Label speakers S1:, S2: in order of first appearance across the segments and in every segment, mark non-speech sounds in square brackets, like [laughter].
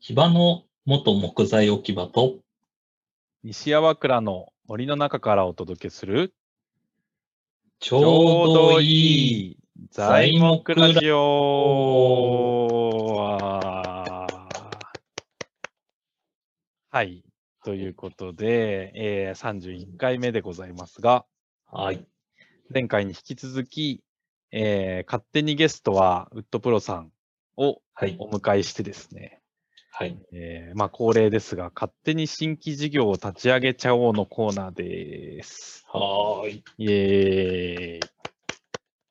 S1: 木場の元木材置き場と、
S2: 西山倉の森の中からお届けする
S1: ちょうどいい。
S2: い材木ラジオ
S1: オ
S2: はい。ということで、えー31回目でございますが、
S1: はい。
S2: 前回に引き続き、えー勝手にゲストはウッドプロさんを
S1: はい。
S2: お迎えしてですね、
S1: はい。
S2: えーまあ恒例ですが、勝手に新規事業を立ち上げちゃおうのコーナーです。
S1: はーい。
S2: イエーイ。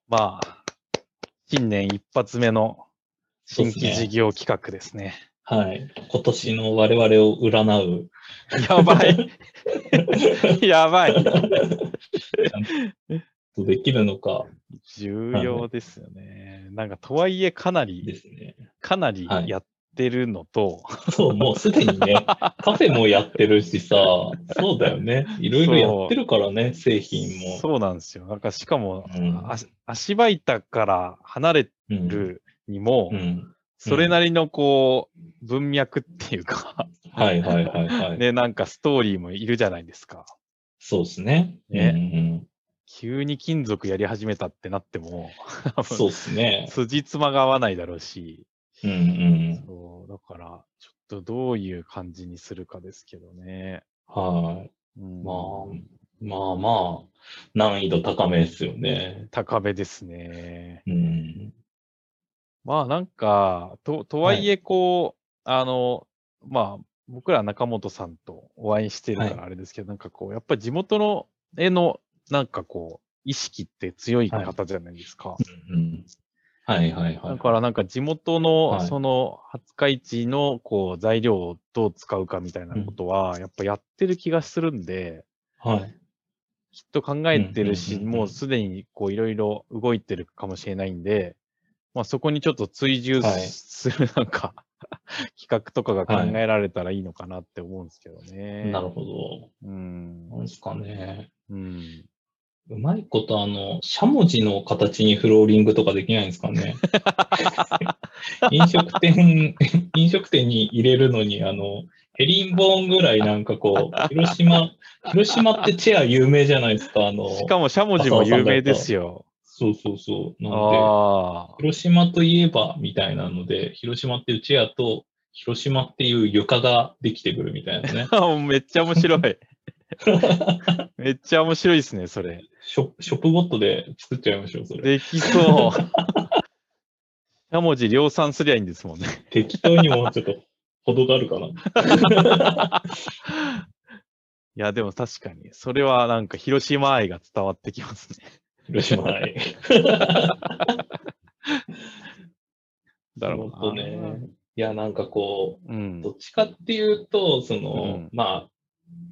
S2: まあ、新年一発目の新規事業企画ですね。
S1: はい。今年の我々を占う。
S2: やばい。
S1: [laughs]
S2: やばい。
S1: できるのか
S2: 重要ですよね。なんか、とはいえ、かな
S1: で
S2: り、
S1: すね。
S2: かなり
S1: はい
S2: やってるのと、
S1: そう、もうすでに [laughs] ね、カフェもやってるしさ、そうだよね。いろいろやってるからね、製品も。
S2: そうなんですよ。なんか、しかも、
S1: うん
S2: あ足場板から離れ
S1: うん
S2: るにも、
S1: うん。
S2: それなりのこう、文脈っていうか、
S1: はいはいはいはい。
S2: ね、なんかストーリーもいるじゃないですか。
S1: そうですね。
S2: ね
S1: うん
S2: 急に金属やり始めたってなっ
S1: [laughs]
S2: ても、
S1: うん、そうですね。
S2: 辻褄が合わないだろうし、
S1: うんうん。
S2: そうだから、ちょっとどういう感じにするかですけどね。
S1: はい。
S2: うん
S1: まあ、まあまあ、難易度高めですよね。
S2: 高めですね。
S1: うん。
S2: まあなんか、と、とはいえこう、あの、まあ、僕ら中本さんとお会いしてるか
S1: は
S2: らあれですけど、なんかこう、やっぱり地元の絵の、なんかこう、意識って強い方じゃないですか。
S1: うん、はいはいはい。
S2: だからなんか地元の
S1: はい
S2: その廿日市のこう材料をどう使うかみたいなことはやっぱやってる気がするんで、
S1: はい。
S2: きっと考えてるし、
S1: うんうんうんうん
S2: もうすでにこういろいろ動いてるかもしれないんで、まあそこにちょっと追従
S1: はい
S2: するなんか [laughs] 企画とかが考えられたらいいのかなって思うんですけどね。
S1: なるほ
S2: うん
S1: ど。。なんですかね。
S2: うん。
S1: うまいこと、あの、しゃもじの形にフローリングとかできないんですか
S2: [laughs]
S1: ね。飲食店、 [laughs] 飲食店に入れるのに、あの、ヘリンボーンぐらいなんかこう、広島、広島ってチェア有名じゃないですか。あの、
S2: しかもしゃもじも有名ですよ。
S1: そうそうそう。なんで、
S2: ああ。。
S1: 広島といえばみたいなので、広島っていうチェアと、広島っていう床ができてくるみたいなね
S2: [laughs] めっちゃ面
S1: [laughs]
S2: 白い。めっちゃ面白いですね、それ。
S1: ショショップボットで作っちゃいましょう、それ。
S2: できそう。しゃもじ量産すりゃいいんですもんね。
S1: 適当にもうちょっと程があるかな。
S2: いや、でも確かに、それはなんか広島愛が伝わってきますね。
S1: 広島はい。
S2: [laughs] だろうな。
S1: ほんとね。いや、なんかこ
S2: う
S1: う、
S2: ん
S1: ど。っちかっていうと、その、
S2: うん
S1: ま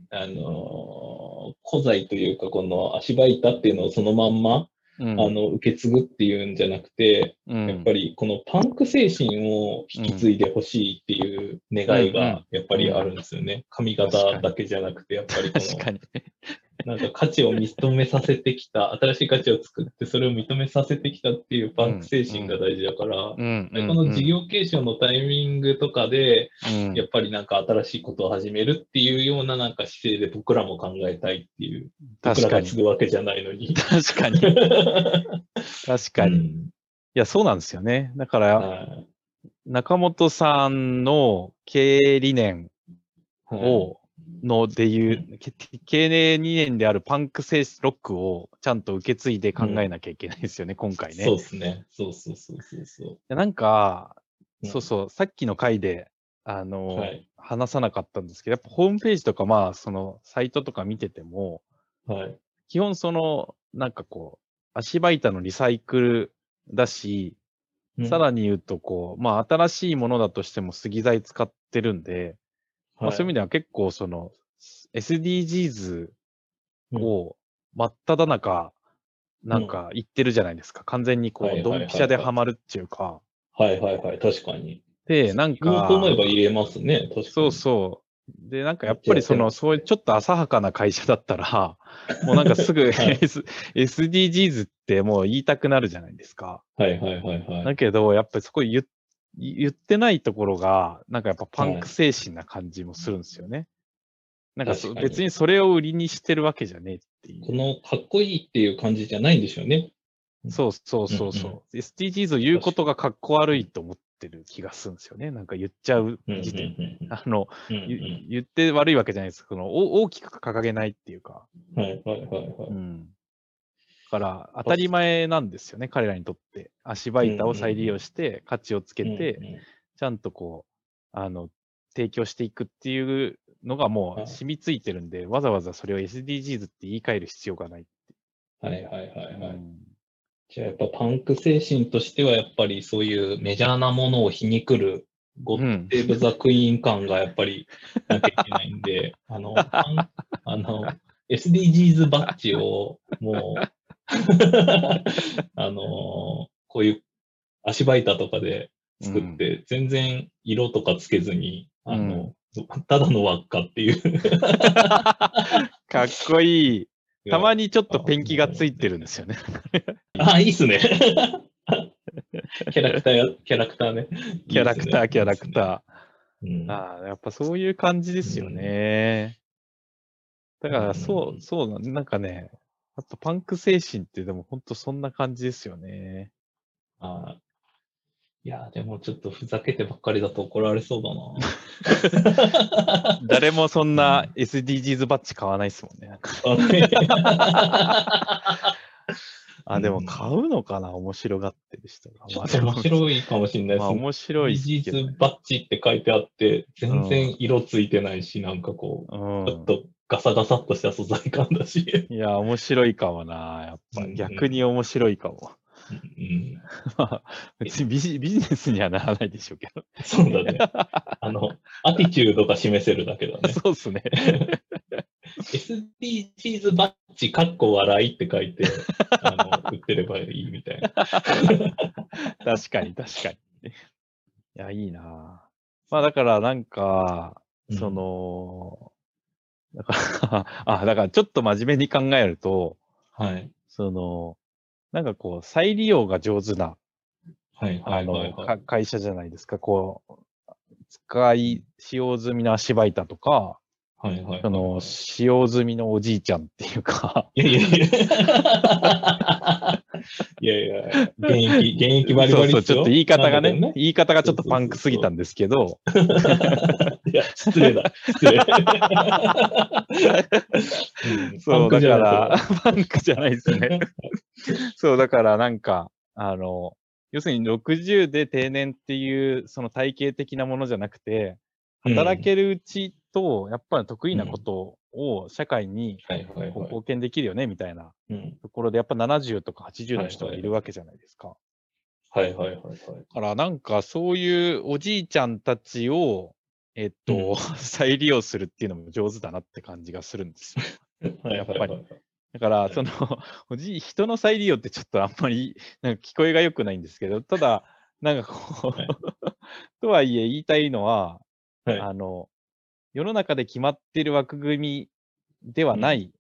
S1: あ、あのー古材というか、この足場板っていうのをそのまんま、
S2: うん
S1: あ、の、受け継ぐっていうんじゃなくて、
S2: うん
S1: やっぱりこのパンク精神を引き継いでほしいっていう願いがやっぱりあるんですよね。髪型だけじゃなくて、やっぱりこ
S2: 確かに。
S1: の、なんか価値を認めさせてきた、新しい価値を作ってそれを認めさせてきたっていうパンク精神が大事だから、
S2: うん
S1: でこの事、業継承のタイミングとかで、
S2: うん
S1: やっぱりなんか新しいことを始めるっていうようななんか姿勢で僕らも考えたいっていう、僕
S2: 確
S1: ら
S2: か
S1: が
S2: に
S1: 継。ぐわけじゃないのに。
S2: 確かに。確かに。いや、そうなんですよね。だか
S1: [laughs]
S2: ら、
S1: はい
S2: 中本さんの経営理念
S1: はい
S2: を、のでいう、け経営理念であるパンク精神ロックをちゃんと受け継いで考えなきゃいけないですよね、今回ね。
S1: そうですね。そうそうそうそうそう。
S2: でなんか、
S1: うん
S2: そうそう、さっきの回で、あの、
S1: はい。
S2: 話さなかったんですけど、やっぱホームページとか、まあ、その、サイトとか見てても、
S1: はい。
S2: 基本その、なんかこう、足場板のリサイクルだし、
S1: うん
S2: さらに言うと、こう、まあ、新しいものだとしても杉材使ってるんで、まあ、そういう意味では結構その、SDGs を真っ只中、なんか言ってるじゃないですか。完全にこ
S1: は
S2: う、
S1: いはい
S2: ド
S1: はいはい
S2: ンピシャでハマるっていうか。
S1: はいはいはい、確かに。
S2: で、なん
S1: 言お
S2: か
S1: うと、思えば入れますね、確かに。
S2: そうそう。で、なんかやっぱりそ
S1: め
S2: の、
S1: っちゃ
S2: そういうちょっと浅はかな会社だったら、もうなんかすぐ [laughs] S SDGs ってもう言いたくなるじゃないですか。
S1: はいはいはいはい。
S2: だけど、やっぱりそこ言っ言ってないところが、なんかやっぱパンク精神な感じもするんですよね。なんかそ
S1: 確かに
S2: 別にそれを売りにしてるわけじゃねえってい
S1: こ
S2: う。
S1: のかっこいいっていう感じじゃないんでしょうね。
S2: そうそうそうそう。
S1: うん
S2: SDGs を言うことがかっこ悪いと思ってる気がするんですよね。なんか言っちゃう
S1: うんうん
S2: 時点。
S1: うん
S2: あの、
S1: うん
S2: ゆ言って悪いわけじゃないですこのお大きく掲げないっていうか。
S1: うんはいはいはいは
S2: う
S1: い。
S2: ん。だから当たり前なんですよね、彼らにとって。足場板を再利用して価値をつけて、
S1: うんうん
S2: ちゃんとこう、あの、提供していくっていうのがも
S1: はいう
S2: 染みついてるんで、わざわざそれを SDGs って言い換える必要がない。
S1: はいはいはいは
S2: う
S1: い。
S2: ん
S1: じゃあやっぱパンク精神としてはやっぱりそういうメジャーなものを皮肉るゴ
S2: う
S1: ッ
S2: ん
S1: セーブ・ザ・クイーン感がやっぱりなきゃいけないん
S2: [laughs]
S1: で、あの、パンあの、SDGs バッジをもう、 [laughs] あの、こういう足場板とかで作って、全然色とかつけずに、あの、ただの輪っかっていう。
S2: かっこいい。たま
S1: に。
S2: にちょっとペンキがついてるんですよね。
S1: あ、いいっすね。 [laughs] キャラクターや、キャラクターね。
S2: キャラクター、キャラク
S1: ー。
S2: タ
S1: うん
S2: ー。ああ、やっぱそういう感じですよね。だから、そうう、
S1: ん
S2: そうな、なんかね、やっぱパンク精神ってでも本当そんな感じです
S1: [laughs]
S2: よね。
S1: あーいやー、でもちょっとふざけてばっかりだと怒られそうだ
S2: [laughs]
S1: な。
S2: 誰もそんな SDGs バッジ買わないですもんね。なんかあ、で
S1: う
S2: も
S1: ん
S2: 買うのかな面白がってる人が。
S1: ちょっと面白いかもしれない
S2: まあ
S1: ですね。
S2: 面白いっすけどね
S1: SDGs バッジって書いてあって、全然色ついてないし、なんかこ
S2: う
S1: う、ちょっ
S2: ん。
S1: とガサガサっとした素材感だし。 [laughs]
S2: いや、面白いかもな。やっぱ
S1: うん
S2: 逆に面白いかも。
S1: うん
S2: まあ、別にビジビジネスにはならないでしょうけ
S1: [laughs]
S2: ど。
S1: そうだね。あの、アティチュードが示せるだけだ
S2: [laughs]
S1: ね。
S2: そうですね。
S1: SDGs バッジ、かっこ笑いって書いて、あの、売ってればいいみたいな。
S2: 確かに、確かに。いや、いいな。まあ、だから、なんか、
S1: うん
S2: そ、の、だから、 [laughs] あ、だからちょっと真面目に考えると、
S1: はい。
S2: その、なんかこう、再利用が上手な、
S1: はい、は
S2: あ
S1: い、
S2: の、
S1: はいはい。
S2: か会社じゃないですか。こう、使い、使用済みの足場板とか、
S1: はい、はい。
S2: その、使用済みのおじいちゃんっていうか、
S1: いやいや
S2: [laughs]
S1: いや。いやいや、現役、現役バリバリ
S2: そうそう、ちょっと言い方が
S1: なん
S2: ね
S1: だ、け
S2: 言い方がちょっとパンクすぎたんですけど、
S1: どねいや、失礼だ。失
S2: [laughs]
S1: 礼。うん
S2: そう、
S1: パン
S2: だ
S1: クじ
S2: か
S1: ゃない
S2: ら、パンクじゃないですね。そう、だからなんか、あの、要するに60で定年っていう、その体系的なものじゃなくて、
S1: うん
S2: 働けるうちと、やっぱり得意なことを社会に
S1: はいはい
S2: こう
S1: はい。
S2: 貢献できるよね、みたいな
S1: うん
S2: ところで、やっぱ70とか80の人がいるわけじゃないですか。
S1: はいはいはいはい。
S2: だからなんかそういうおじいちゃんたちを、えっと、
S1: う
S2: [laughs] 再利用するっていうのも上手だなって感じがするんですよ。
S1: はいはいはいはい。
S2: だから、その、おじい、人の再利用ってちょっとあんまり、なんか聞こえが良くないんですけど、ただ、なんかこ、
S1: はいう
S2: [laughs] とはいえ言いたいのは、
S1: はい
S2: あの、世の中で決まってる枠組みではない、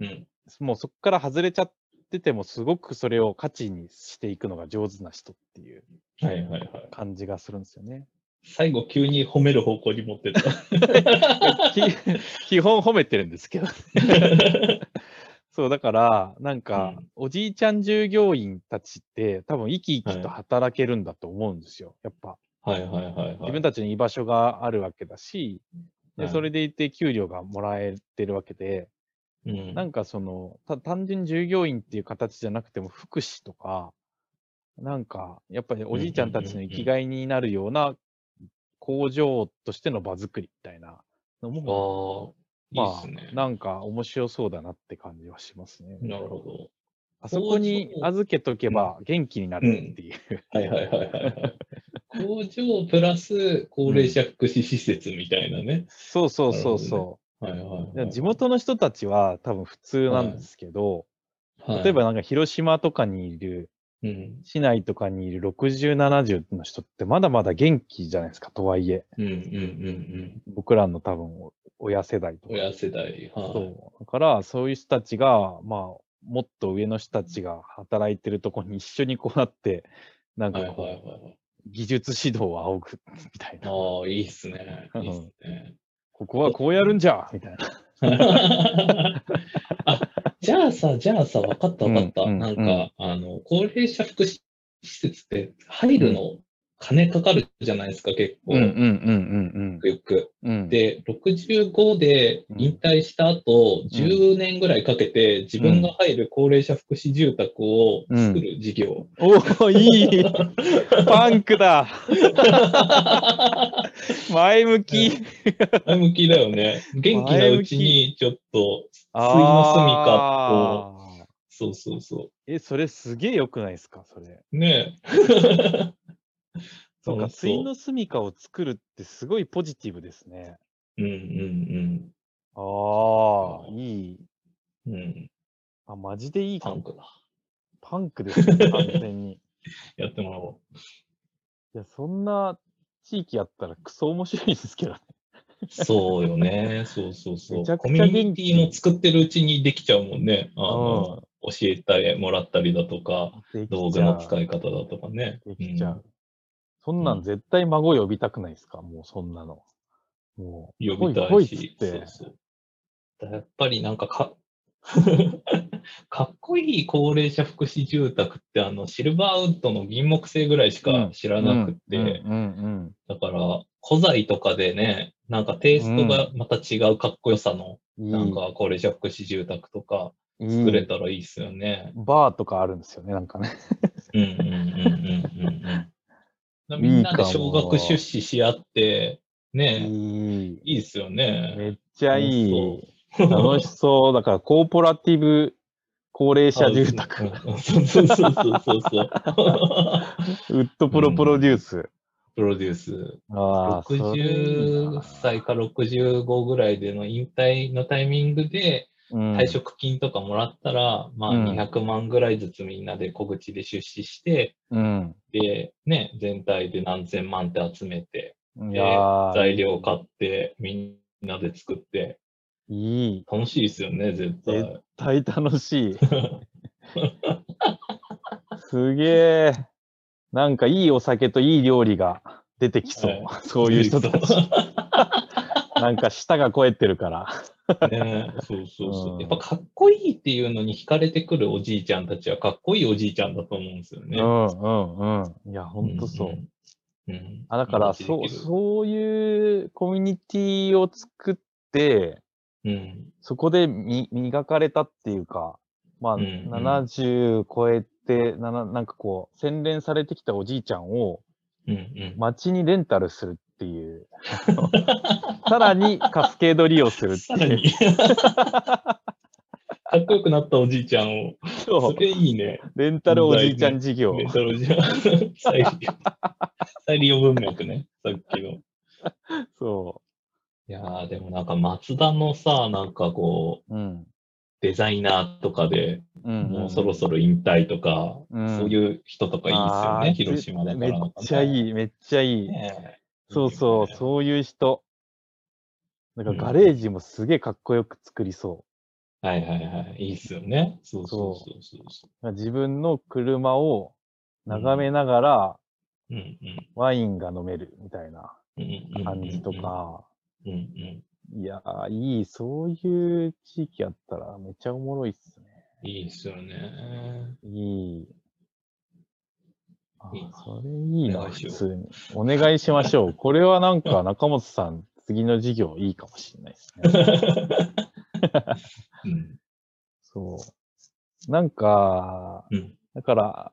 S1: うん。
S2: もうそこから外れちゃってても、すごくそれを価値にしていくのが上手な人っていう
S1: はいはいはい。
S2: 感じがするんですよね。
S1: 最後急に褒める方向に持ってった。
S2: き [laughs] 基本褒めてるんですけど、
S1: [laughs]
S2: そう、だから、なんか、
S1: うん
S2: おじいちゃん従業員たちって、多分生き生きと
S1: は
S2: 働けるんだと思うんですよ。やっぱ、
S1: はいはいはいは
S2: 自
S1: い
S2: 分。たちに居場所があるわけだし、
S1: は
S2: で
S1: い
S2: それでいて給料がもらえてるわけで、
S1: うん
S2: なんかその、た単純に従業員っていう形じゃなくても、福祉とか、なんか、やっぱりおじいちゃんたちの生きがいになるような工場としての場作りみたいな
S1: あ
S2: のも、
S1: ーいいっ
S2: ます
S1: ね
S2: あ、。なんか面白そうだなって感じはしますね。
S1: なるほど。
S2: あそこに
S1: 工場
S2: 預けとけば元気になるっていう。
S1: はいはいはいはいはい。
S2: [laughs]
S1: 工場プラス高齢者福祉施設みたいなね。
S2: そうそうそうそ
S1: はいは
S2: う。
S1: い、はい。
S2: 地元の人たちは多分普通なんですけど、
S1: はい、
S2: 例えばなんか広島とかにいる、
S1: うん、
S2: 市内とかにいる60、70の人ってまだまだ元気じゃないですか、とはいえ。
S1: うんうんうんうん。
S2: 僕らの多分お親世代とか。
S1: 親世代。はい。
S2: そう。だからそういう人たちが、まあ、もっと上の人たちが働いてるとこに一緒にこうなって、なん
S1: は
S2: か
S1: いはい
S2: こう、
S1: はいはい。
S2: 技術指導を仰ぐ、みたいな。
S1: ああ、いいっすね。いいっすね。 [laughs]
S2: ここはこうやるんじゃ、みたいな。
S1: あ、じゃあさ、じゃあさ、わかったわかった。
S2: うんうん
S1: なん
S2: う
S1: か、あの、高齢者福祉施設って入るの金かかるじゃないですか、結構。
S2: うん
S1: よく。
S2: うんうん。
S1: で、65で引退した後、
S2: うん
S1: 10年ぐらいかけて自分が入る高齢者福祉住宅を作る事業。
S2: おお、いい。パンクだ。前向き。
S1: 前向きだよね。元気なうちにちょっと、の
S2: あー
S1: そうそうそ
S2: え、それすげえ良くないですかそれ。
S1: う。ね [laughs] え。
S2: そうか、
S1: そう
S2: 水の住みかを作るってすごいポジティブですね。
S1: うんうん
S2: ああ、いい。
S1: うん。うん。
S2: あ、マジでいい
S1: パ
S2: か
S1: ン
S2: も。
S1: クだ。
S2: パンクです [laughs] ね、完全に。
S1: やってもらお
S2: いや、そんな地域やったらクソ面白いです [laughs] けどね。
S1: う。そうよね。そうそうそ
S2: めちゃ
S1: う。
S2: く
S1: コ
S2: ち
S1: ミ
S2: ゃ元気
S1: ュニティも作ってるうちにできちゃうもんね。あの教えてもらったりだとか、
S2: うん。
S1: 道具の
S2: い
S1: 使い方だとかね。
S2: できちゃう。
S1: うん
S2: そんなん絶対孫呼びたくないですかもうそんなの。もう、
S1: 呼びた
S2: 来
S1: い
S2: い来い
S1: し
S2: っ、
S1: そ
S2: つっ
S1: う
S2: て。
S1: そうやっぱりなんか [laughs] か、かっこいい高齢者福祉住宅ってあのシルバーウッドの銀木製ぐらいしか知らなくて、
S2: うんうん
S1: だから古材とかでね、なんかテイストがまた違うかっこよさの、
S2: うん。
S1: ない
S2: い
S1: んか高齢者福祉住宅とか
S2: い
S1: 作れ
S2: い
S1: たらいいっすよね。
S2: バーとかあるんですよね、なんかね。
S1: うんうんうんうんうんうん。みんなで少額出資し合って、ね、
S2: いい。
S1: いいっすよね。
S2: めっちゃいい。
S1: 楽
S2: 楽しそう。だから、コーポラティブ高齢者住
S1: う
S2: 宅、
S1: ん。そうそうそうそうそうそう。
S2: ウッドプロプロデュース。
S1: プロデュース。
S2: ああ、それいい
S1: 60
S2: な
S1: 歳か65ぐらいでの引退のタイミングで
S2: うん
S1: 退職金とかもらったら、まあ
S2: うん
S1: 200万ぐらいずつみんなで小口で出資して、
S2: うん。
S1: で、ね、全体で何千万って集めて、
S2: いやー
S1: 材料買って、みんなで作って、
S2: いい。
S1: 楽しいですよね、絶対。
S2: 絶対楽し
S1: [laughs]
S2: い。すげえ。なんかいいお酒といい料理が出てきそう。
S1: は
S2: そういう人たち。
S1: ね
S2: なんか舌が肥えてるから。
S1: そうそうそう
S2: [laughs]
S1: う。
S2: ん
S1: やっぱかっこいいっていうのに惹かれてくるおじいちゃんたちはかっこいいおじいちゃんだと思うんですよね。
S2: うんうんうん。いや、ほんとそう。
S1: んん。うん
S2: あだから、そう、そういうコミュニティを作って、
S1: う。うん。
S2: そこでみ磨かれたっていうか、まあ、
S1: うんうん
S2: 70超えて、なななんかこう、洗練されてきたおじいちゃんを
S1: うんうん。
S2: 街にレンタルするっ
S1: [laughs]
S2: ていう、さらにカスケード利用する
S1: さ
S2: って
S1: ら
S2: いう。
S1: に。 [laughs] かっこよくなったおじいちゃんを。
S2: そ
S1: そうれいいね。
S2: レンタルおじいちゃん事業。
S1: メタルおじいちゃん。 [laughs] 再利用。再利用文脈ね。さっきの。い
S2: そ
S1: やー、でもなんか松田のさ、なんかこう、
S2: う。うん。
S1: デザイナーとかで、
S2: うん、
S1: もうそろそろ引退とか、
S2: うん
S1: そういう人とかいいですよ
S2: あー
S1: ね。広島だから
S2: めっ
S1: なんかね。
S2: ちゃいい、めっちゃいい。
S1: ねえ。
S2: そうそう、
S1: う。
S2: そういう人。なんかガレージもすげえかっこよく作りそ。
S1: はいはいはい。いいっすよね。そうそうそうそうそう
S2: 自分の車を眺めながら
S1: う。うんうん。
S2: ワインが飲めるみたいな
S1: 感
S2: 感じと。か。
S1: うんうん
S2: いやー、いい、そういう地域あったらめちゃおもろいっすね。
S1: いいですよね。
S2: いい。あ
S1: いいな
S2: それい
S1: お
S2: いな、
S1: 願いし
S2: 普
S1: よう
S2: 通に。お願いしま
S1: [laughs]
S2: しょう。これはなんか中本さん、次の授業いいかもしれないですね。
S1: うん
S2: そう。なんか、
S1: うん
S2: だから、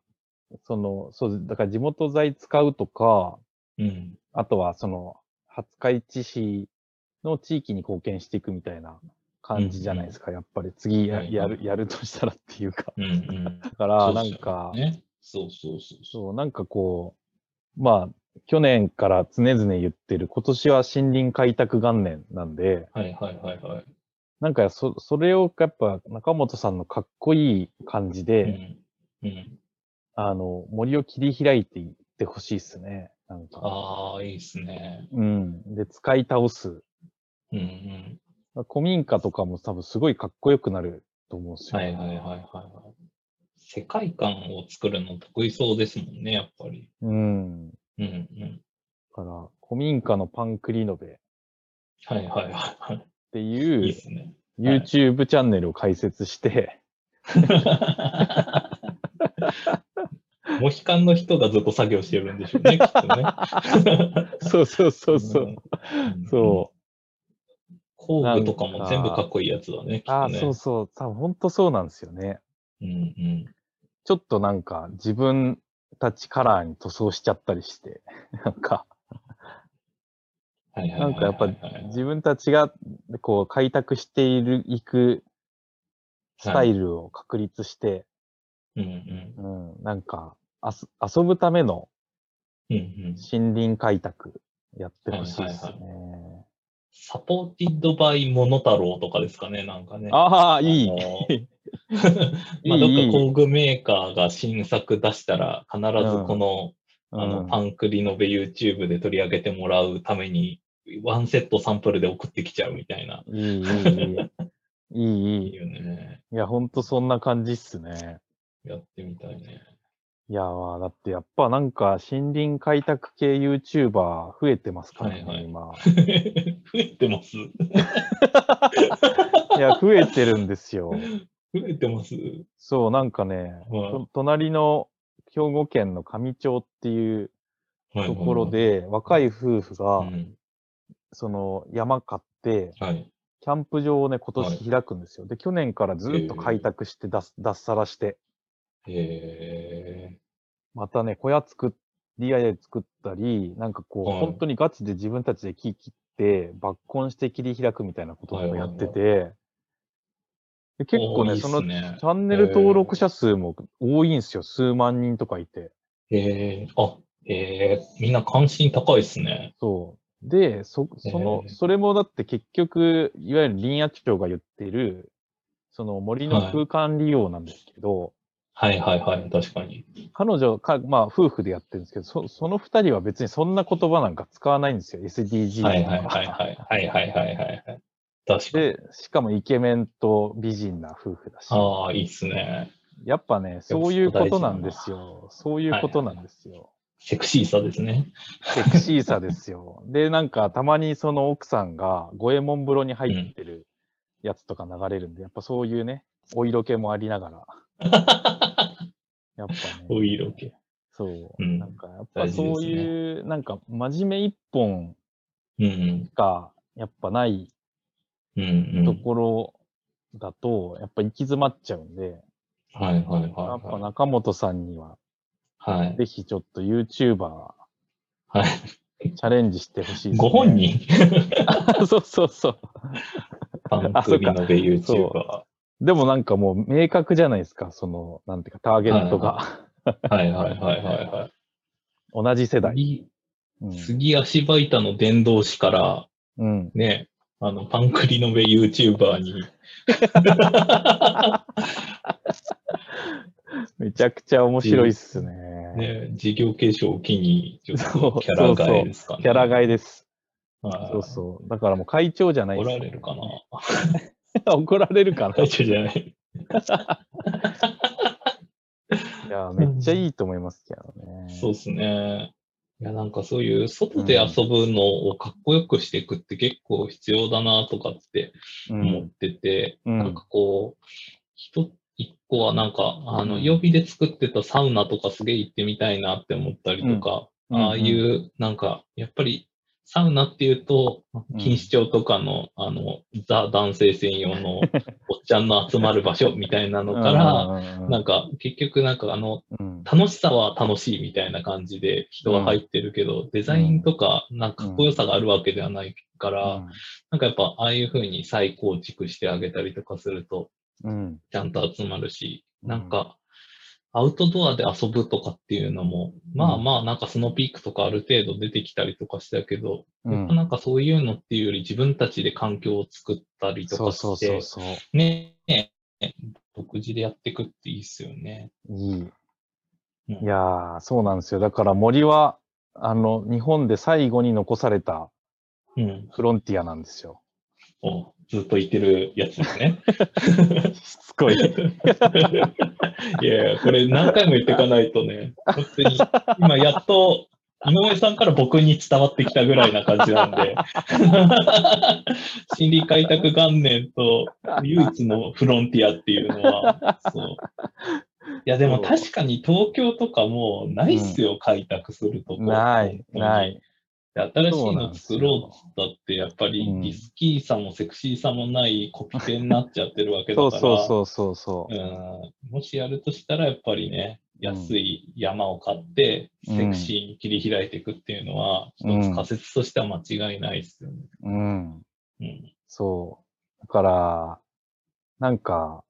S2: その、そう、だから地元材使うとか、
S1: うん
S2: あとはその、廿日市市の地域に貢献していくみたいな感じじゃないですか。やっぱり次や
S1: はい
S2: や
S1: はい
S2: る、やるとしたらっていうか。
S1: うんうん。
S2: だか
S1: そ
S2: ら、
S1: うっ
S2: な
S1: す
S2: ん
S1: よ
S2: か、
S1: ね。そうそうそうそ
S2: そう、なんかこう、まあ、去年から常々言ってる、今年は森林開拓元年なんで、
S1: う。はいはいはいはい。
S2: なんかそ、それをやっぱ中本さんのかっこいい感じで、
S1: うんうん
S2: あの、森を切り開いていってほしいですね。なんか。
S1: ああ、いいですね。
S2: うん。で、使い倒す。
S1: うんうん。
S2: 古民家とかも多分すごいかっこよくなると思うんですよ。
S1: はいはいはいはいはい。世界観を作るの得意そうですもんね、やっぱり。
S2: う
S1: う
S2: ん。
S1: んうん。
S2: から、古民家のパンクリノベっ
S1: はいはいはいは
S2: て
S1: い。いい
S2: い
S1: で
S2: う
S1: すね。はい
S2: YouTube チャンネルを開設して、
S1: [laughs] モヒカンの人がずっと作業してるんでしょう
S2: [laughs]
S1: ね、きっとね。
S2: そうそうそうそう。
S1: ん
S2: そう。
S1: 工具とかも全部かっこいいやつだね、きっ
S2: あ
S1: と
S2: あ、
S1: ね。
S2: そうそう。多分本当そうなんですよね。
S1: うんうん。
S2: ちょっとなんか自分たちカラーに塗装しちゃったりして、 [laughs] なんか
S1: はいはいはいはいはい。
S2: なんかやっぱ自分たちがこう開拓している、いくスタイルを確立して、
S1: うんうん。
S2: うん、なんかあす遊ぶための
S1: うんうん。
S2: 森林開拓やってほしいですね。
S1: サポーティッドバイモノタロウとかですかね、なんかね。
S2: ああ、いい。
S1: あの
S2: [laughs] い
S1: まあ、どっ
S2: い
S1: か
S2: い
S1: 工具メーカーが新作出したら、必ずこの、あ
S2: う
S1: の、
S2: ん
S1: パンクリノベ YouTube で取り上げてもらうために、ワンセットサンプルで送ってきちゃうみたいな。
S2: いい、い [laughs] い、いい。
S1: い
S2: いい、い
S1: い
S2: い。
S1: よね。
S2: いや、ほんとそんな感じっすね。
S1: やってみたいね。 [laughs]
S2: いやー、だってやっぱなんか森林開拓系 YouTuber 増えてますからね、
S1: はいはい
S2: 今。
S1: 増えてます
S2: いや、増えてるんですよ。
S1: 増えてます
S2: そう、なんかね、
S1: はい
S2: と隣の兵庫県の上町っていうところ、で、若い夫婦
S1: は
S2: が
S1: いはいはいうん
S2: その山買って、
S1: はい。
S2: キャンプ場をね、今
S1: はい
S2: 年開くんですよ。で、去年からずっと開拓して、脱脱サラして、
S1: え
S2: またね、小屋作っ、DIY 作ったり、なんかこう、
S1: はい
S2: 本当にガチで自分たちで木切って、抜根して切り開くみたいなこと
S1: はい
S2: を
S1: はい
S2: や
S1: はい
S2: ってて、で結構
S1: おー
S2: ね、
S1: いいっ
S2: そ
S1: す
S2: のチ
S1: ね
S2: ャンネル登録者数も多いんですよ。数万人とかいて。
S1: ー、えー、あ、えー、みんな関心高いですね。
S2: そう。で、そ、その
S1: へ、ー
S2: それもだって結局、いわゆる林野庁が言ってる、その森の
S1: はい
S2: 空間利用なんですけど、
S1: はいはいはい、確かに。
S2: 彼女か、まあ、夫婦でやってるんですけど、そその二人は別にそんな言葉なんか使わないんですよ、SDGs とか。
S1: はいはいはいはい。はいはいはいはいはい。確かに。
S2: で、しかもイケメンと美人な夫婦だし、
S1: ああ、いいっすね。
S2: やっぱね、そういうことなんですよ。そういうことなんですよ。
S1: セクシーさですね。
S2: セクシーさですよ。 [laughs] で、なんか、たまにその奥さんが五右衛門風呂に入ってるやつとか流れるんで、やっぱそういうね、お色気もありながら、
S1: [laughs]
S2: やっぱね、
S1: お色気。
S2: そう、
S1: うん
S2: なんか、やっぱ
S1: 大事ですね
S2: そういう、なんか、真面目一本
S1: うん
S2: が、やっぱない
S1: うん。うんう
S2: と
S1: ん。
S2: ころだと、やっぱ行き詰まっちゃうんで、
S1: はいはいはい
S2: やっぱ
S1: は
S2: 中本さんには、
S1: い。はい。
S2: ぜひちょっと YouTuber
S1: はい、
S2: チャレンジしてほしいです、ね。
S1: ご本人
S2: [laughs] そうそうそう。
S1: パンクリノベ [laughs] YouTuber。
S2: そでもなんかもう明確じゃないですか、その、なんていうか、ターゲットが。
S1: はいはいはいはいはい。
S2: 同じ世代。
S1: 次、
S2: うん。
S1: 次足場板の伝道師から、
S2: うん、
S1: ね、あの、パンクリノベ YouTuber に。
S2: めちゃくちゃ面白いっすね。 [laughs]
S1: ね、事業継承を機に、ちょっ
S2: そう
S1: とキャラ
S2: そう
S1: 替
S2: そ
S1: え
S2: う
S1: ですかね。
S2: キャラ替えです。
S1: はい
S2: そうそう。だからもう会長じゃない
S1: お
S2: です
S1: られる [laughs] かな
S2: 怒られるかな。
S1: 会長じゃない。
S2: いや、めっちゃいいと思いますけどね。
S1: そうですね。いや、なんかそういう外で遊ぶのをかっこよくしていくって結構必要だなとかって
S2: う
S1: 思っ
S2: ん。
S1: てて、
S2: うん
S1: なんかこう、一つ一個はなんか、あ
S2: う
S1: の、
S2: ん
S1: 曜日で作ってたサウナとかすげえ行ってみたいなって思ったりとか、
S2: うん
S1: ああいう、なんか、やっぱり、サウナっていうと、
S2: ん
S1: 錦糸町とかの、あの、ザ男性専用のお
S2: [laughs]
S1: っちゃんの集まる場所みたいなのから、
S2: ら
S1: なんか、結局なんかあの、
S2: うん
S1: 楽しさは楽しいみたいな感じで人が入ってるけど、デザインとか、なんかかっこよさがあるわけではないから、なんかやっぱああいう風に再構築してあげたりとかすると、
S2: うん。
S1: ちゃんと集まるし、
S2: うん
S1: なんか、アウトドアで遊ぶとかっていうのも、まあまあ、なんかスノーピークとかある程度出てきたりとかしたけど、
S2: う
S1: やっ
S2: ん
S1: ぱなんかそういうのっていうより自分たちで環境を作ったりと
S2: そう
S1: か
S2: そう
S1: し
S2: そう
S1: て、
S2: そう。
S1: ね、独自でやっていくっていいっすよね。
S2: いい。
S1: うん
S2: いやー、そうなんですよ。だから森は、あの、日本で最後に残された
S1: うん。
S2: フロンティアなんですよ。
S1: おずっと言ってるやつですね。
S2: しつこい。
S1: いやいや、これ何回も言っていかないとね、本当に、今やっと、井上さんから僕に伝わってきたぐらいな感じなんで。 [laughs] 心理開拓元年と唯一のフロンティアっていうのは、そう。いや、でも確かに東京とかもうないっすよ、開拓するとこ。。
S2: ない、ないい。
S1: で新しいの作ろうっつったって、やっぱりリスキーさもセクシーさもないコピペになっちゃってるわけだ
S2: そ
S1: から。
S2: うそうそうそうそう。
S1: うんもしやるとしたら、やっぱりね、
S2: うん
S1: 安い山を買って、
S2: うん
S1: セクシーに切り開いていくっていうのは、
S2: うん
S1: 一つ仮説としては間違いないですよね。
S2: うん。
S1: うん。
S2: そう。だから、なんか、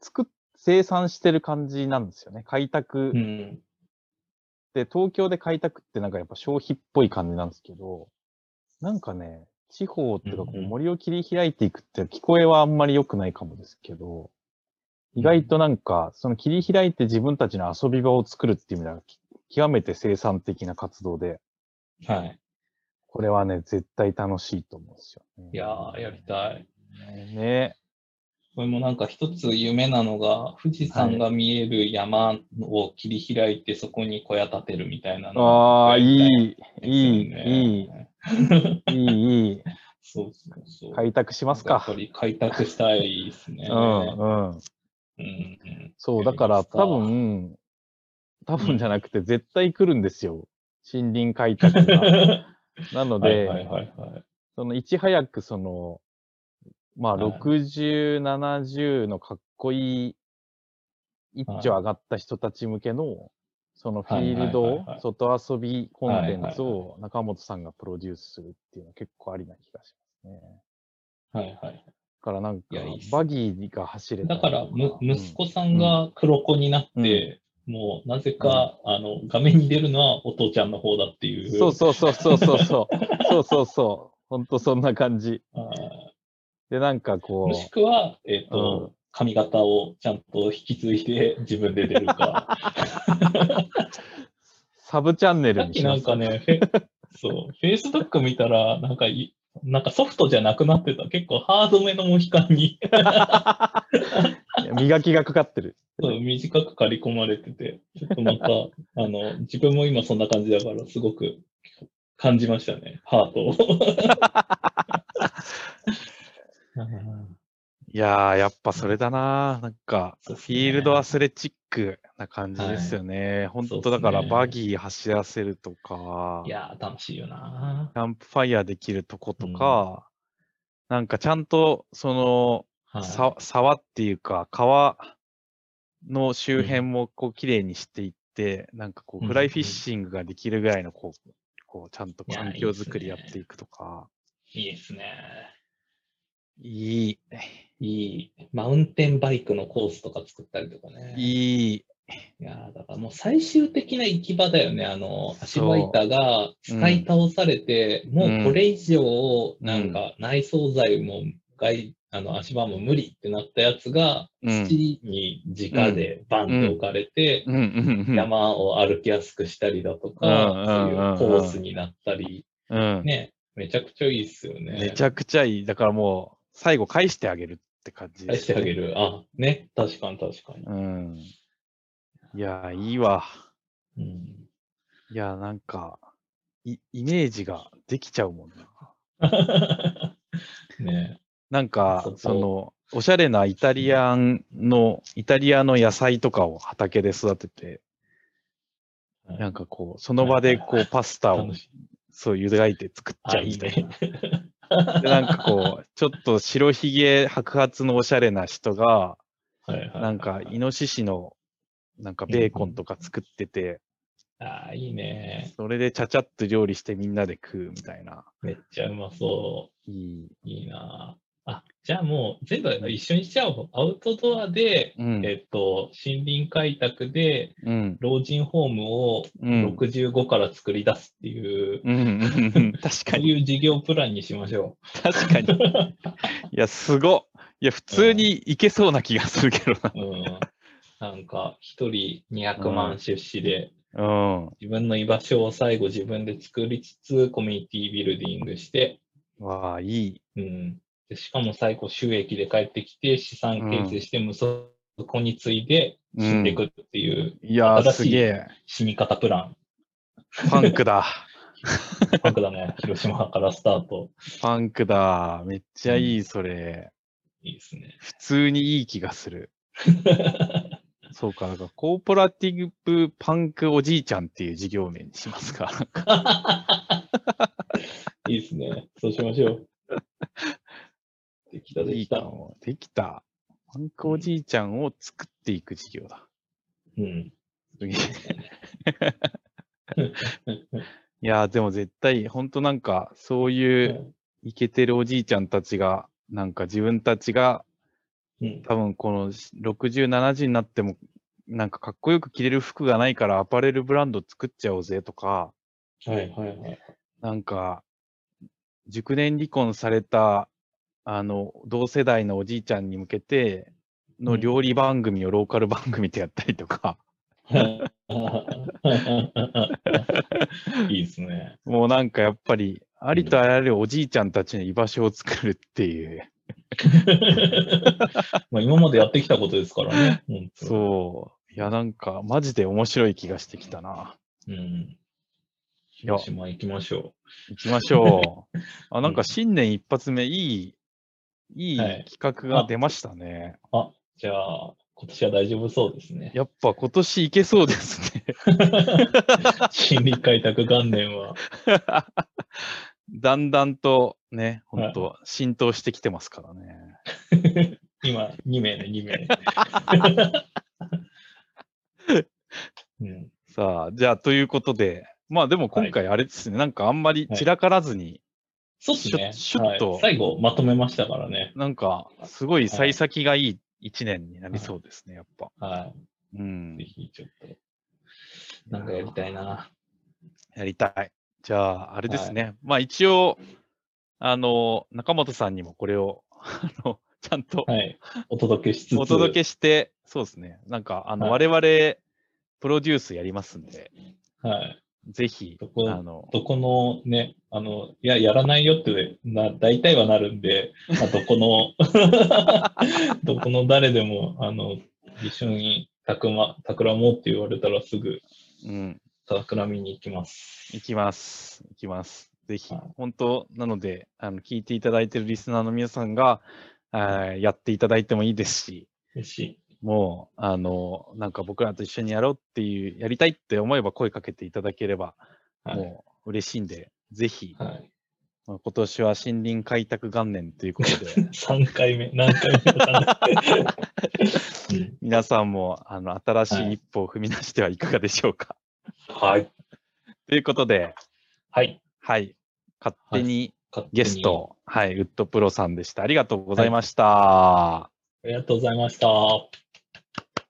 S2: 作っ、生産してる感じなんですよね。開拓
S1: う。ん。
S2: で、東京で開拓ってなんかやっぱ消費っぽい感じなんですけど、なんかね、地方っていうかこ
S1: う
S2: うん
S1: うん
S2: 森を切り開いていくって聞こえはあんまり良くないかもですけど、意外となんか、その切り開いて自分たちの遊び場を作るっていう意味では、き極めて生産的な活動で、
S1: はい。
S2: これはね、絶対楽しいと思うんですよね。
S1: いやー、やりたい。
S2: ね。
S1: これもなんか一つ夢なのが、富士山が見える山を切り開いて、そこに小屋建てるみたいなのを
S2: ああ、
S1: や
S2: い
S1: りたい
S2: い、いい、
S1: ですよ
S2: いい、
S1: ね。
S2: いい、いい。
S1: そうそうそう。
S2: 開拓します
S1: やっ
S2: か
S1: ぱ。り開拓したいですね。
S2: うん、うん。
S1: うん
S2: [laughs]
S1: うん
S2: そう、
S1: や
S2: だ
S1: り
S2: か
S1: ま
S2: ら
S1: した
S2: 多分、多分じゃなくて絶対来るんですよ。森林開
S1: [laughs]
S2: 拓が。なの
S1: はい
S2: で、
S1: はいはいはい。
S2: そのいち早くその、まあ
S1: はい
S2: 60、70のかっこいい、一
S1: はい
S2: 丁上がった人たち向けの、そのフィール
S1: はいはい
S2: ド
S1: はいはい、
S2: 外遊びコンテンツ
S1: はい
S2: を中本さんがプロデュースするっていうのは結構ありな気がしますね。
S1: はいはい。
S2: だからなんか
S1: いやいいっ、す
S2: バギーが走れた
S1: だ
S2: り
S1: から
S2: と
S1: む、
S2: うん
S1: 息子さんが黒子になって、もうなぜか、あの画面に出るのはお父ちゃんの方だっていう。
S2: そうそうそうそうそうそう。そうそうそう。ほんとそんな感じ。
S1: あ
S2: で、なんか
S1: ー
S2: こ
S1: もしくは、えっ、
S2: う
S1: と、髪型をちゃんと引き継いで自分で出る
S2: [laughs]
S1: か。
S2: う、サブチャンネ
S1: さ
S2: ル
S1: っ
S2: に
S1: き
S2: し
S1: な
S2: ま
S1: ん
S2: す
S1: かね、フェそう、Facebook 見たら、なんかい、なんかソフトじゃなくなってた。結構ハードめのモヒカンに
S2: いや磨きがかかってる。
S1: そう短く刈り込まれてて、ちょっとまた、あの、自分も今そんな感じだから、すごく感じましたね、ハートを。
S2: いやー、やっぱそれだなーなんか、
S1: そうっ
S2: フ
S1: すね
S2: ィールドアスレチックな感じですよね。ほん
S1: そうっ
S2: と
S1: すね
S2: だから、バギー走らせるとか
S1: い、やー、楽しいよな
S2: キャンプファイヤーできるとことか、なんかちゃんと、そ
S1: ー。は
S2: の、
S1: い
S2: さ沢っていうか川の周辺もこう綺麗にしていって、なんかこ
S1: う
S2: うんフライフィッシングができるぐらいのこう、こうちゃんと
S1: いや
S2: 環
S1: いい
S2: 境
S1: です
S2: づくりや
S1: ね
S2: っていくとか、
S1: いいですね。
S2: い
S1: いい。マウンテンバイクのコースとか作ったりとかね。
S2: い、いい、
S1: いやーだからもう最終的な行き場だよね。あの、足
S2: そう
S1: 場板が使い倒されて、もうこれ以上、なんか内装材も外、あの足場も無理ってなったやつが、
S2: うん
S1: 土に直でバンって置かれて、
S2: うんうんうん、
S1: 山を歩きやすくしたりだと
S2: うん
S1: か、そううんいう
S2: うんうん
S1: コースになったり、
S2: うん、
S1: ね、めちゃくちゃいいっすよね。
S2: めちゃくちゃいい。だからもう、最後返してあげるって感じ
S1: 返してあげ
S2: る。
S1: る。あ、ね、確かに確かに。
S2: うん。いやー、いいわ。
S1: うん [laughs]
S2: いやー、なんか、いイメージができちゃうもんな。
S1: ね
S2: なんか
S1: そ、こ
S2: その、おしゃれなイタリアンの、イタリアの野菜とかを畑で育てて、なんかこう、その場でこう、パスタを
S1: 楽、しい。
S2: そう、茹でいて作っち
S1: あ、
S2: ゃう
S1: いい
S2: みたい
S1: ね。
S2: な。で、なんかこう、ちょっと白ひげ白髪のおしゃれな人が、
S1: はいはい
S2: なんか、イノシシの、なんかベーコンとか作ってて、
S1: ああ、いいね。
S2: それでちゃちゃっと料理してみんなで食うみたいな。
S1: めっちゃうまそ
S2: いい。
S1: う。いいな。あ、じゃあもう全部一緒にしちゃおう。アウトドアで、
S2: うん。
S1: えっと、森林開拓で
S2: うん。
S1: 老人ホームを
S2: うん。
S1: 65から作り出すっていう、
S2: うんうんうん
S1: [laughs]
S2: うん確か
S1: そう
S2: に。
S1: いう事業プランにしましょ
S2: 確か [laughs] に。いや、すごっ。いや、普通にいけそうな気がするけど
S1: う。うん。
S2: [laughs]
S1: なんか、一人200万出資で、
S2: な。うん。
S1: 自分の居場所を最後自分で作りつつ、コミュニティビルディングして、
S2: わあ、いい。
S1: うん、でしかも最後収益で帰ってきて資産形成して息子に継いで死んでいくっていう
S2: いやー、
S1: 新しい
S2: すげえ。 [laughs]
S1: 死に方プラン。
S2: パンクだ。
S1: パンクだね。広島からスタート。
S2: パンクだ。めっちゃいい、それ。
S1: いいですね。
S2: 普通にいい気がす [laughs] る。そうか、なんかコーポラティブパンクおじいちゃんっていう事業名にしますか。
S1: いいですね。そうしましょう。できた、で
S2: いい
S1: き
S2: か
S1: た。
S2: も。できた。パンクおじいちゃんを作っていく事業だ。
S1: うん。 [laughs]
S2: 次いやー、でも絶対、ほんとなんか、そういうイケてるおじいちゃんたちが、なんか自分たちが、
S1: うん。
S2: 多分この60、70になっても、なんかかっこよく着れる服がないからアパレルブランド作っちゃおうぜとか、
S1: はい、はい、はい。
S2: なんか、熟年離婚された、あの、同世代のおじいちゃんに向けての
S1: うん
S2: 料理番組をローカル番組でやったりとか、 [laughs]
S1: いいですね。
S2: もうなんかやっぱり、ありとあらゆるおじいちゃんたちの居場所を作るっていう、
S1: まあ今までやってきたことですからね。本当
S2: そう。いや、なんか、マジで面白い気がしてきたな。
S1: うん。
S2: いや
S1: 広島行きましょ
S2: 行きましょう。あ、なん
S1: う
S2: か
S1: ん
S2: 新年一発目、いい、いい
S1: はい
S2: 企画が出ましたね。
S1: う。あ、じゃあ、今年は大丈夫そうですね。
S2: やっぱ今年いけそうですね。 [laughs]
S1: 心理開拓元年は。
S2: だんだんとね、
S1: はい
S2: 本当浸透してきてますからね。
S1: 今、2名ね、2名。
S2: [laughs]
S1: うん、
S2: さあ、じゃあ、ということで、まあでも今回あれですね、なんかあんまり散らからずに、
S1: そうですね。
S2: シュッシュッと
S1: はい最後、まとめましたからね。
S2: なんかすごい幸先がいい一年になりそうですね、やっぱ。
S1: は
S2: う
S1: い。
S2: ん
S1: ぜ。ひ、ちょっと、なんかやりたいな。
S2: やりたい。じゃあ、あれですね。まあ一応、あの、中本さんにもこれを、 [laughs] あの、ちゃん
S1: [laughs]
S2: と
S1: はい。お届けしつつ。
S2: お届けして、そうですね。なんか、あの、
S1: は
S2: 我々、プロデュースやりますんで、
S1: はい。
S2: ぜひ
S1: ど、こ
S2: あの、
S1: どこのね、あの、いや、やらないよってな、大体はなるんで、まあ、どこの、
S2: [laughs]
S1: どこの誰でも、あの、一緒に、たくま、たくらもうって言われたらすぐ、
S2: うん、
S1: たくらみに行きます。
S2: いきます。いきます。ぜひ
S1: はい、
S2: 本当なので、あの、聞いていただいてるリスナーの皆さんが、あーやっていただいてもいいですし、
S1: 嬉しい。
S2: もう、あの、なんか僕らと一緒にやろうっていう、やりたいって思えば声かけていただければ、
S1: はい
S2: もう嬉しいんで、ぜひ、
S1: はい。
S2: まあ今年は森林開拓元年ということで、
S1: [laughs] 3回目、何回目かわ
S2: [laughs]
S1: かんない、うん
S2: 皆さんもあの新し
S1: はい
S2: い一歩を踏み出してはいかがでしょ
S1: [laughs]
S2: うか。
S1: はい。
S2: ということで、
S1: はい。
S2: はい、勝手に
S1: 勝手に
S2: ゲスト、はい、ウッドプロさんでした。ありがとうございました。
S1: ありがとうございました。